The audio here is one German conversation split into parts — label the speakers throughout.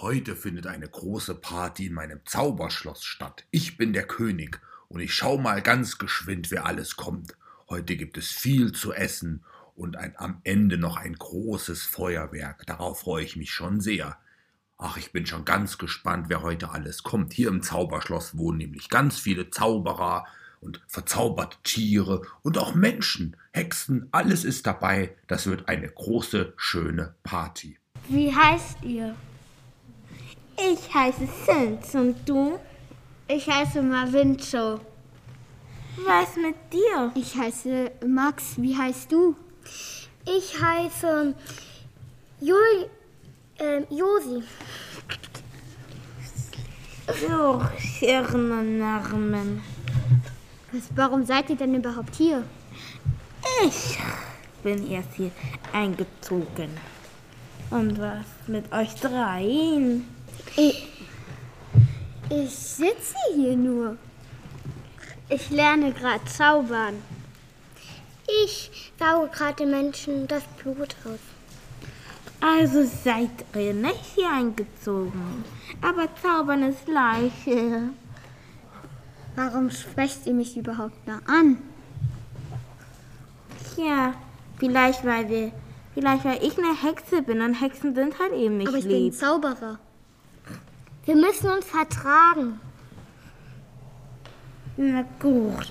Speaker 1: Heute findet eine große Party in meinem Zauberschloss statt. Ich bin der König und ich schau mal ganz geschwind, wer alles kommt. Heute gibt es viel zu essen und ein, am Ende noch ein großes Feuerwerk. Darauf freue ich mich schon sehr. Ach, ich bin schon ganz gespannt, wer heute alles kommt. Hier im Zauberschloss wohnen nämlich ganz viele Zauberer und verzauberte Tiere und auch Menschen, Hexen, alles ist dabei. Das wird eine große, schöne Party.
Speaker 2: Wie heißt ihr?
Speaker 3: Ich heiße Sins und du?
Speaker 2: Ich heiße Marvincho.
Speaker 3: Was mit dir?
Speaker 2: Ich heiße Max. Wie heißt du?
Speaker 4: Ich
Speaker 2: ähm,
Speaker 4: heiße Jul ähm, Josi.
Speaker 3: So, Schirne Narmen.
Speaker 2: Was, warum seid ihr denn überhaupt hier?
Speaker 3: Ich bin erst hier eingezogen. Und was mit euch dreien?
Speaker 2: Ich, ich sitze hier nur. Ich lerne gerade zaubern.
Speaker 4: Ich sauge gerade den Menschen das Blut aus.
Speaker 3: Also seid ihr nicht hier eingezogen. Aber zaubern ist leichter.
Speaker 2: Warum sprecht ihr mich überhaupt da an?
Speaker 3: Ja, vielleicht weil wir, vielleicht weil ich eine Hexe bin und Hexen sind halt eben nicht
Speaker 2: Aber ich bin
Speaker 3: lieb.
Speaker 2: Zauberer.
Speaker 4: Wir müssen uns vertragen.
Speaker 3: Na gut.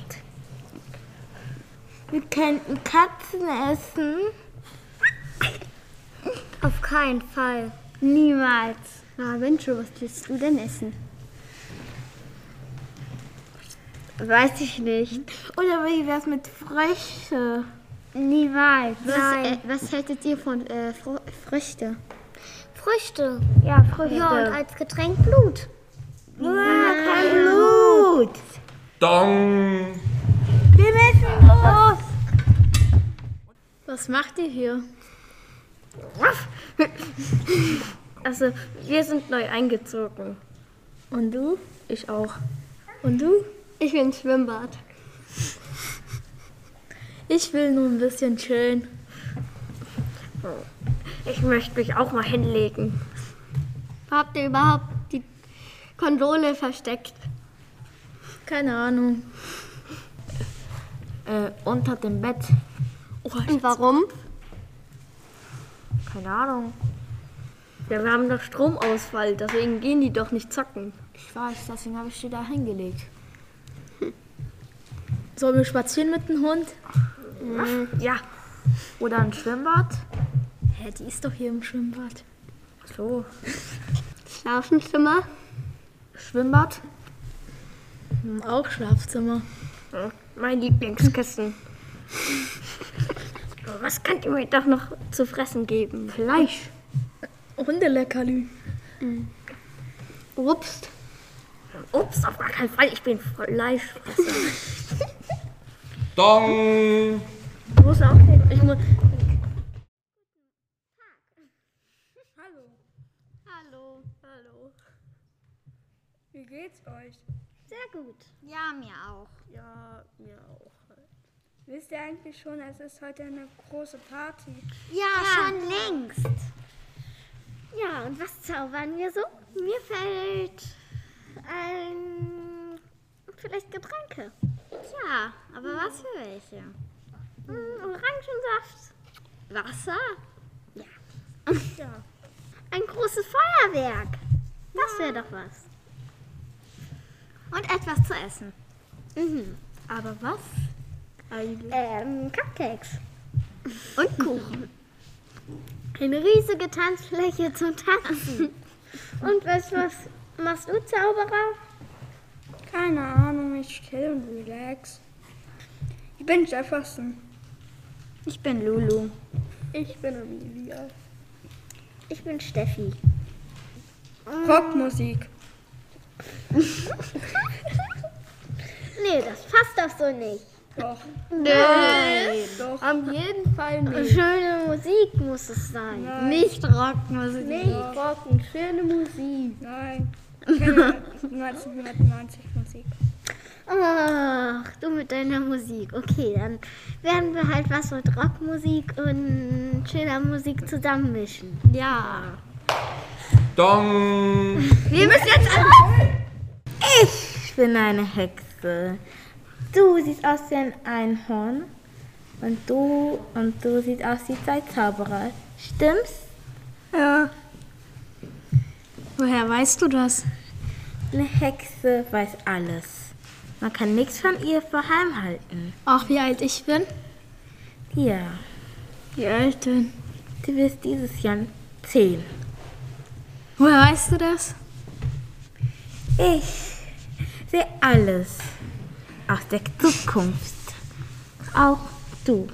Speaker 3: Wir könnten Katzen essen.
Speaker 4: Auf keinen Fall.
Speaker 2: Niemals. Marvincho, was willst du denn essen? Weiß ich nicht.
Speaker 3: Oder wie wär's mit Frösche?
Speaker 2: Niemals. Was,
Speaker 4: Nein.
Speaker 2: äh, was haltet ihr von äh, Frü Früchte?
Speaker 4: Früchte.
Speaker 3: Ja, Frösche.
Speaker 4: Ja, und als Getränk Blut.
Speaker 3: kein Blut.
Speaker 1: Dong!
Speaker 3: Wir müssen los.
Speaker 5: Was macht ihr hier? Also, wir sind neu eingezogen. Und du? Ich auch. Und du? Ich will ins Schwimmbad. Ich will nur ein bisschen chillen. Ich möchte mich auch mal hinlegen. Habt ihr überhaupt die Kondole versteckt? Keine Ahnung.
Speaker 6: Äh, unter dem Bett.
Speaker 5: Und warum?
Speaker 6: Keine Ahnung.
Speaker 5: Ja, wir haben doch Stromausfall, deswegen gehen die doch nicht zocken.
Speaker 6: Ich weiß, deswegen habe ich die da hingelegt.
Speaker 5: Sollen wir spazieren mit dem Hund? Ja.
Speaker 6: Oder ein Schwimmbad?
Speaker 5: Hä, die ist doch hier im Schwimmbad.
Speaker 6: So.
Speaker 2: Schlafenzimmer?
Speaker 6: Schwimmbad?
Speaker 5: Hm, Auch Schlafzimmer.
Speaker 6: Mein Lieblingskissen. Was könnt ihr mir doch noch zu fressen geben? Fleisch.
Speaker 5: Hundeleckerli.
Speaker 2: Obst?
Speaker 6: Obst auf gar keinen Fall. Ich bin Fleisch.
Speaker 1: Dong!
Speaker 6: Muss auch hin. Ich muss.
Speaker 2: Hallo.
Speaker 5: Hallo. Wie geht's euch?
Speaker 4: Sehr gut.
Speaker 2: Ja, mir auch.
Speaker 5: Ja, mir auch.
Speaker 7: Wisst ihr eigentlich schon, es ist heute eine große Party?
Speaker 2: Ja, schon längst.
Speaker 4: Ja, und was zaubern wir so? Mir fällt ein vielleicht Getränke.
Speaker 2: Ja, aber was für welche?
Speaker 4: Hm, Orangensaft.
Speaker 2: Wasser?
Speaker 4: Ein großes Feuerwerk. Das wäre doch was.
Speaker 2: Und etwas zu essen.
Speaker 5: Aber was? Eigentlich.
Speaker 4: Mhm. Ähm, Cupcakes.
Speaker 2: Und Kuchen.
Speaker 4: Eine riesige Tanzfläche zum Tanzen. und was, was machst du, Zauberer?
Speaker 7: Keine Ahnung, ich chill und relax. Ich bin Jefferson.
Speaker 2: ich bin Lulu.
Speaker 7: Ich bin Olivia.
Speaker 4: Ich bin Steffi.
Speaker 7: Rockmusik.
Speaker 4: Nee, das passt doch so nicht.
Speaker 7: Doch.
Speaker 5: Am jeden Fall nicht.
Speaker 4: Schöne Musik muss es sein.
Speaker 5: Nicht Rockmusik.
Speaker 4: Nee.
Speaker 5: Rocken, schöne Musik.
Speaker 7: Nein. Keine 1990 Musik.
Speaker 4: Ach, du mit deiner Musik. Okay, dann werden wir halt was mit Rockmusik und schöner Musik zusammenmischen.
Speaker 5: Ja.
Speaker 8: Dong!
Speaker 3: Wir müssen jetzt Ich bin eine Hexe. Du siehst aus wie ein Einhorn. Und du, und du siehst aus wie zwei Zauberer. Stimmt's?
Speaker 9: Ja. Woher weißt du das?
Speaker 3: Eine Hexe weiß alles. Man kann nichts von ihr geheim halten.
Speaker 9: Auch wie alt ich bin?
Speaker 3: Ja,
Speaker 9: Wie alt denn?
Speaker 3: du bist dieses Jahr zehn.
Speaker 9: Woher weißt du das?
Speaker 3: Ich sehe alles aus der Zukunft. Auch du.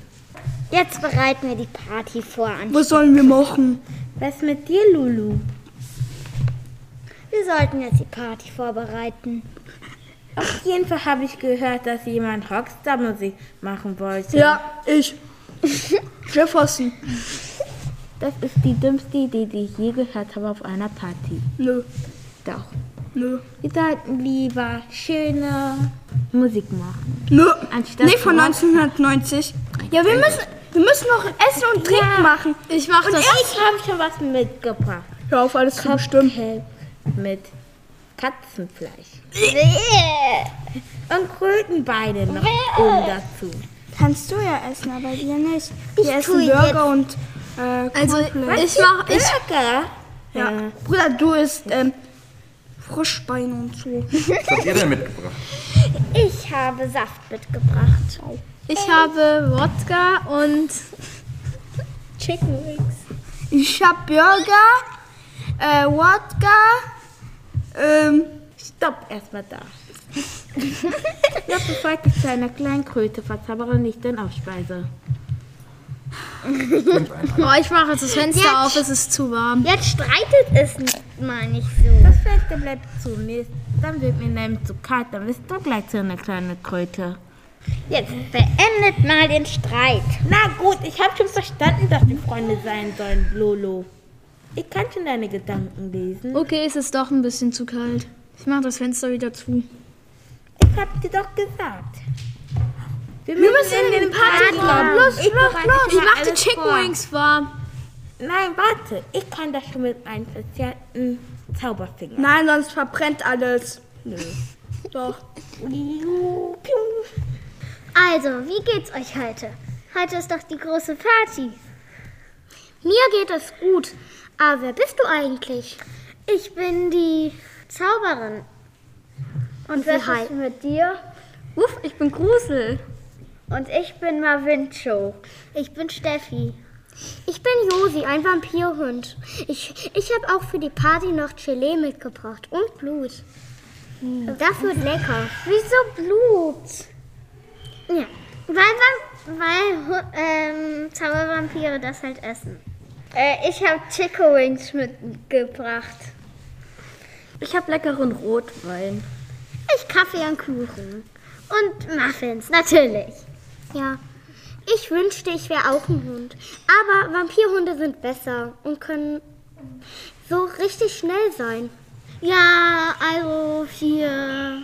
Speaker 4: Jetzt bereiten wir die Party vor an.
Speaker 7: Was sollen wir machen?
Speaker 3: Was ist mit dir, Lulu?
Speaker 4: Wir sollten jetzt die Party vorbereiten.
Speaker 3: Auf jeden Fall habe ich gehört, dass jemand Rockstar-Musik machen wollte.
Speaker 7: Ja, ich. Jefferson.
Speaker 3: Das ist die dümmste Idee, die ich je gehört habe auf einer Party.
Speaker 7: Nö,
Speaker 3: Doch.
Speaker 7: nö,
Speaker 3: Wir sollten lieber schöne Musik machen.
Speaker 7: nö.
Speaker 3: Anstatt
Speaker 7: Nee, von 1990. Ja, wir müssen, wir müssen noch Essen und Trinken machen.
Speaker 9: Ich mach das.
Speaker 3: Ich habe schon was mitgebracht.
Speaker 7: Hör auf, alles zu bestimmen.
Speaker 3: Help mit Katzenfleisch. Und Krötenbeine noch oben dazu.
Speaker 7: Kannst du ja essen, aber wir nicht.
Speaker 4: Ich
Speaker 7: Wir essen
Speaker 4: tue
Speaker 7: Burger und äh,
Speaker 9: Also ich mach ich
Speaker 3: Burger?
Speaker 7: ja. Bruder, du isst ähm, Froschbein und so.
Speaker 8: Was habt ihr denn mitgebracht?
Speaker 4: Ich habe Saft mitgebracht.
Speaker 9: ich habe Wodka und
Speaker 4: Chicken Wings.
Speaker 7: Ich hab Burger, äh, Wodka, ähm,
Speaker 3: Stopp erstmal da. Ja, befolgt dich zu einer kleinen Kröte, verzaubere nicht deine Aufspeise.
Speaker 9: oh, ich mache jetzt das Fenster auf, es ist zu warm.
Speaker 4: Jetzt streitet es nicht mal nicht so.
Speaker 3: Das Fenster bleibt zu mir, dann wird mir nämlich zu kalt, dann bist du gleich zu einer kleinen Kröte.
Speaker 4: Jetzt beendet mal den Streit.
Speaker 3: Na gut, ich habe schon verstanden, dass wir Freunde sein sollen, Lolo. Ich kann schon deine Gedanken lesen.
Speaker 9: Okay, es ist doch ein bisschen zu kalt. Ich mache das Fenster wieder zu.
Speaker 3: Ich hab dir doch gesagt. Wir müssen, in den Party kommen. Los, ich los, los.
Speaker 9: Ich mache die Chicken Wings warm.
Speaker 3: Nein, warte. Ich kann das schon mit meinen speziellen Zauberfinger.
Speaker 7: nein, sonst verbrennt alles.
Speaker 4: Also, wie geht's euch heute? Heute ist doch die große Party. Mir geht es gut. Aber wer bist du eigentlich? Ich bin die Zauberin. Und was ist mit dir?
Speaker 10: Uff, ich bin Grusel.
Speaker 4: Und ich bin Marvincho. Ich bin Steffi. Ich bin Josi, ein Vampirhund. Ich, ich habe auch für die Party noch Gelee mitgebracht und Blut. Das wird lecker. Hm. Wieso Blut? Ja, weil, Vam- weil Hu- ähm, Zaubervampire das halt essen. Äh, ich habe Chico Wings mitgebracht.
Speaker 10: Ich habe leckeren Rotwein.
Speaker 4: Ich Kaffee und Kuchen. Und Muffins, natürlich. Ja. Ich wünschte, ich wäre auch ein Hund. Aber Vampirhunde sind besser und können so richtig schnell sein. Ja, also wir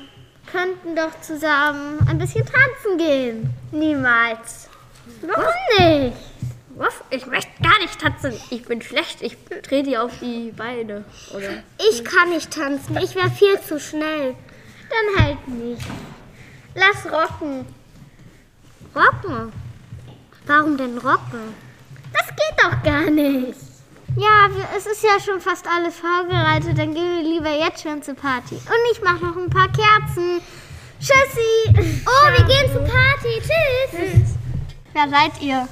Speaker 4: könnten doch zusammen ein bisschen tanzen gehen. Niemals. Warum nicht?
Speaker 10: Uff, ich möchte gar nicht tanzen. Ich bin schlecht. Ich drehe dir auf die Beine. Oder?
Speaker 4: Ich kann nicht tanzen. Ich wäre viel zu schnell. Dann halt nicht. Lass rocken. Rocken? Warum denn rocken? Das geht doch gar nicht. Ja, wir, es ist ja schon fast alles vorbereitet. Dann gehen wir lieber jetzt schon zur Party. Und ich mache noch ein paar Kerzen. Tschüssi. Oh, wir gehen zur Party. Tschüss. Wer seid ihr?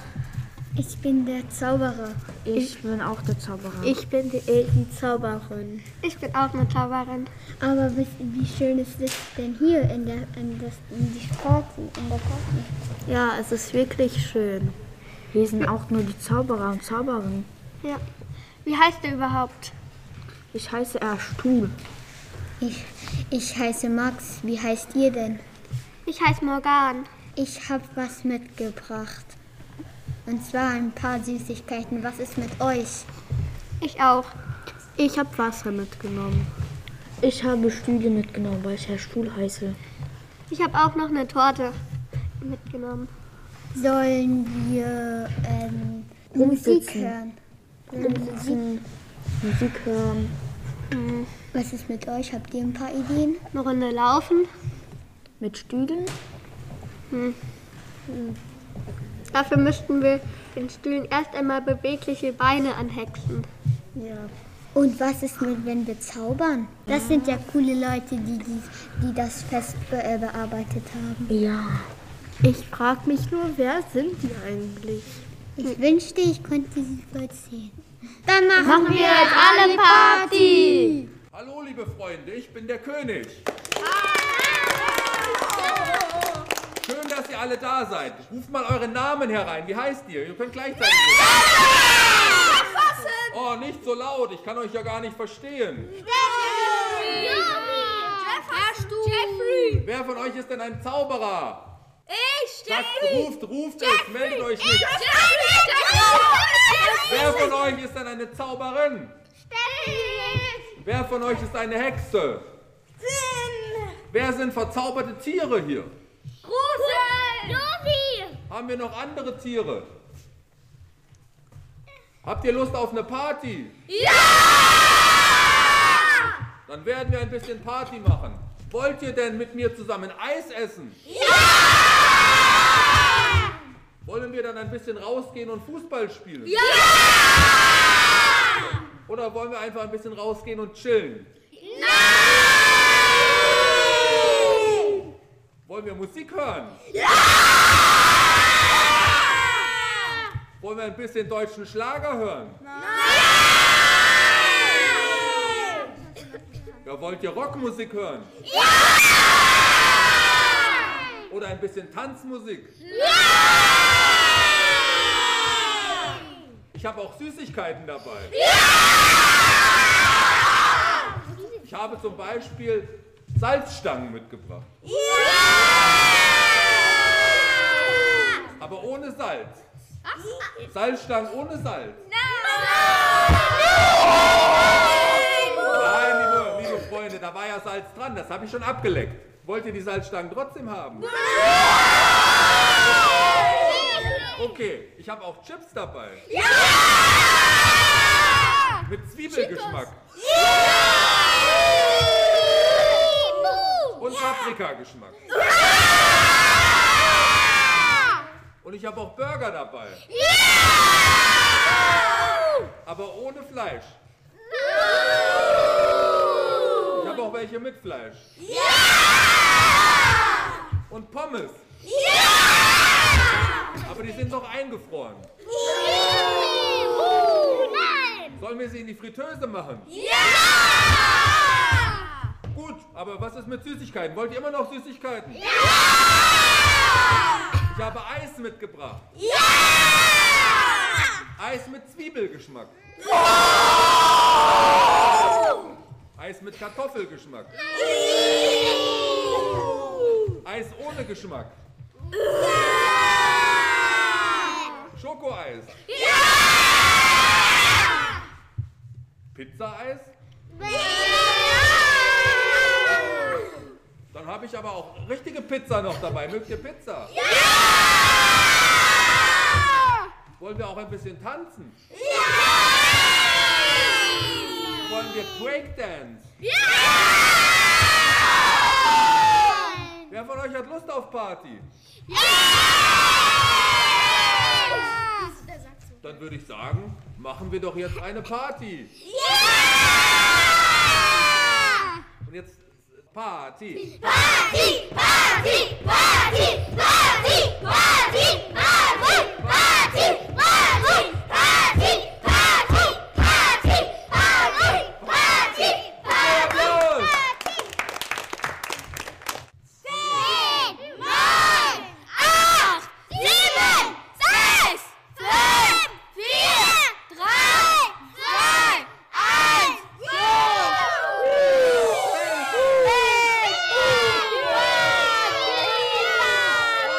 Speaker 4: Ich bin der Zauberer.
Speaker 3: Ich bin auch der Zauberer.
Speaker 11: Ich bin die Elten Zauberin.
Speaker 4: Ich bin auch eine Zauberin.
Speaker 11: Aber wisst ihr, wie schön es ist denn hier in der in das in die Party, in der Party?
Speaker 3: Ja, es ist wirklich schön. Wir sind auch nur die Zauberer und Zauberinnen.
Speaker 4: Wie heißt ihr überhaupt?
Speaker 3: Ich heiße Erstuhl.
Speaker 11: Ich, ich heiße Max. Wie heißt ihr denn?
Speaker 4: Ich heiße Morgan.
Speaker 11: Ich habe was mitgebracht. Und zwar ein paar Süßigkeiten. Was ist mit euch?
Speaker 4: Ich auch.
Speaker 10: Ich habe Wasser mitgenommen.
Speaker 3: Ich habe Stühle mitgenommen, weil ich Erstuhl heiße.
Speaker 4: Ich habe auch noch eine Torte mitgenommen.
Speaker 11: Sollen wir ähm, Musik hören?
Speaker 3: Musik hören.
Speaker 11: Was ist mit euch? Habt ihr ein paar Ideen?
Speaker 4: Mhm. Eine Runde laufen. Mhm.
Speaker 3: Mit Stühlen?
Speaker 4: Dafür müssten wir den Stühlen erst einmal bewegliche Beine anhexen.
Speaker 11: Ja. Und was ist mit, wenn wir zaubern? Das sind ja coole Leute, die, die, die das Fest be äh, bearbeitet haben.
Speaker 3: Ja.
Speaker 9: Ich frage mich nur, wer sind die eigentlich?
Speaker 11: Ich wünschte, ich könnte diese Leute sehen.
Speaker 4: Dann machen, wir jetzt alle Party.
Speaker 8: Hallo, liebe Freunde, ich bin der König. Schön, dass ihr alle da seid. Ruft mal euren Namen herein. Wie heißt ihr? Ihr könnt gleichzeitig. Oh, nicht so laut. Ich kann euch ja gar nicht verstehen. Wer von euch ist denn ein Zauberer?
Speaker 10: Ich,
Speaker 8: Sagt, ruft, ruft es, meldet euch nicht.
Speaker 10: Jeffrey!
Speaker 8: Wer von euch ist denn eine Zauberin? Wer von euch ist eine Hexe? Wer sind verzauberte Tiere hier? Haben wir noch andere Tiere? Habt ihr Lust auf eine Party? Ja! Dann werden wir ein bisschen Party machen. Wollt ihr denn mit mir zusammen Eis essen? Ja! Wollen wir dann ein bisschen rausgehen und Fußball spielen? Ja! Oder wollen wir einfach ein bisschen rausgehen und chillen? Wollen wir Musik hören? Wollen wir ein bisschen deutschen Schlager hören? Nein! Ja, wollt ihr Rockmusik hören? Ja! Oder ein bisschen Tanzmusik? Ja! Ich habe auch Süßigkeiten dabei. Ja! Ich habe zum Beispiel Salzstangen mitgebracht. Ja! Aber ohne Salz. Salzstangen ohne Salz. Nein, liebe, liebe Freunde, da war ja Salz dran, das habe ich schon abgeleckt. Wollt ihr die Salzstangen trotzdem haben? Okay, ich habe auch Chips dabei. Mit Zwiebelgeschmack und Paprikageschmack. Und ich habe auch Burger dabei. Aber ohne Fleisch. Ich habe auch welche mit Fleisch. Und Pommes. Aber die sind doch eingefroren. Sollen wir sie in die Fritteuse machen? Gut, aber was ist mit Süßigkeiten? Wollt ihr immer noch Süßigkeiten? Ja! Ich habe Eis mitgebracht. Ja! Eis mit Zwiebelgeschmack. Eis mit Kartoffelgeschmack. Eis ohne Geschmack. Schokoeis. Pizzaeis? Dann habe ich aber auch richtige Pizza noch dabei. Mögt ihr Pizza? Ja! Wollen wir auch ein bisschen tanzen? Ja! Wollen wir Breakdance? Ja! Wer von euch hat Lust auf Party? Dann würde ich sagen, machen wir doch jetzt eine Party. Und jetzt Party. Applaus!
Speaker 10: Yeah!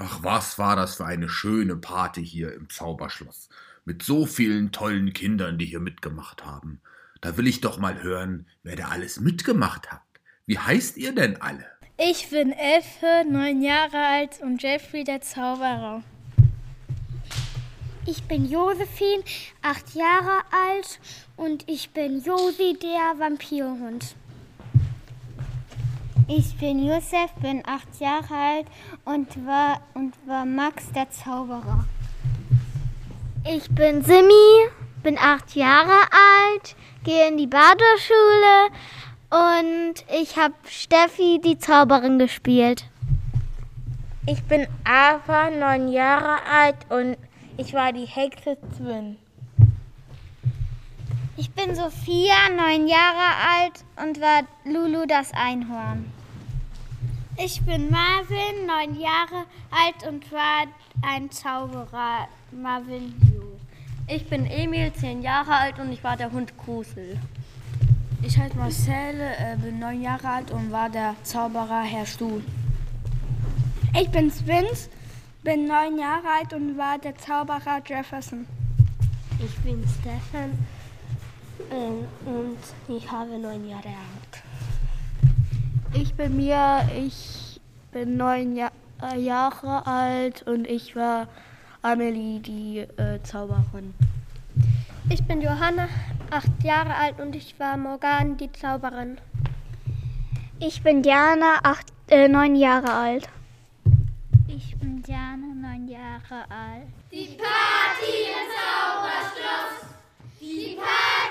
Speaker 1: Ach, was war das für eine schöne Party hier im Zauberschloss. Mit so vielen tollen Kindern, die hier mitgemacht haben. Da will ich doch mal hören, wer da alles mitgemacht hat. Wie heißt ihr denn alle?
Speaker 9: Ich bin Elfe, neun Jahre alt und Jeffrey der Zauberer.
Speaker 11: Ich bin Josephine, acht Jahre alt und ich bin Josi, der Vampirhund.
Speaker 12: Ich bin Josef, bin acht Jahre alt und war, und war Max der Zauberer.
Speaker 4: Ich bin Simi, bin acht Jahre alt, gehe in die Badeschule und ich habe Steffi, die Zauberin, gespielt.
Speaker 13: Ich bin Ava, neun Jahre alt und ich war die Hexe Twin.
Speaker 12: Ich bin Sophia, neun Jahre alt und war Lulu das Einhorn.
Speaker 14: Ich bin Marvin, neun Jahre alt und war ein Zauberer, Marvin Yu.
Speaker 15: Ich bin Emil, zehn Jahre alt und ich war der Hund Krusel.
Speaker 16: Ich heiße Marcel, bin neun Jahre alt und war der Zauberer Herr Stuhl.
Speaker 17: Ich bin Sphinx, bin neun Jahre alt und war der Zauberer Jefferson.
Speaker 18: Ich bin Stefan,
Speaker 14: äh,
Speaker 18: und ich habe neun Jahre alt.
Speaker 7: Ich bin Mia, ich bin neun ja äh, Jahre alt und ich war Amelie, die äh, Zauberin.
Speaker 19: Ich bin Johanna, acht Jahre alt und ich war Morgan, die Zauberin.
Speaker 20: Ich bin Diana, acht, äh, neun Jahre alt.
Speaker 21: Ich bin Diana, neun Jahre alt.
Speaker 10: Die Party im Zauberschloss! Die Party!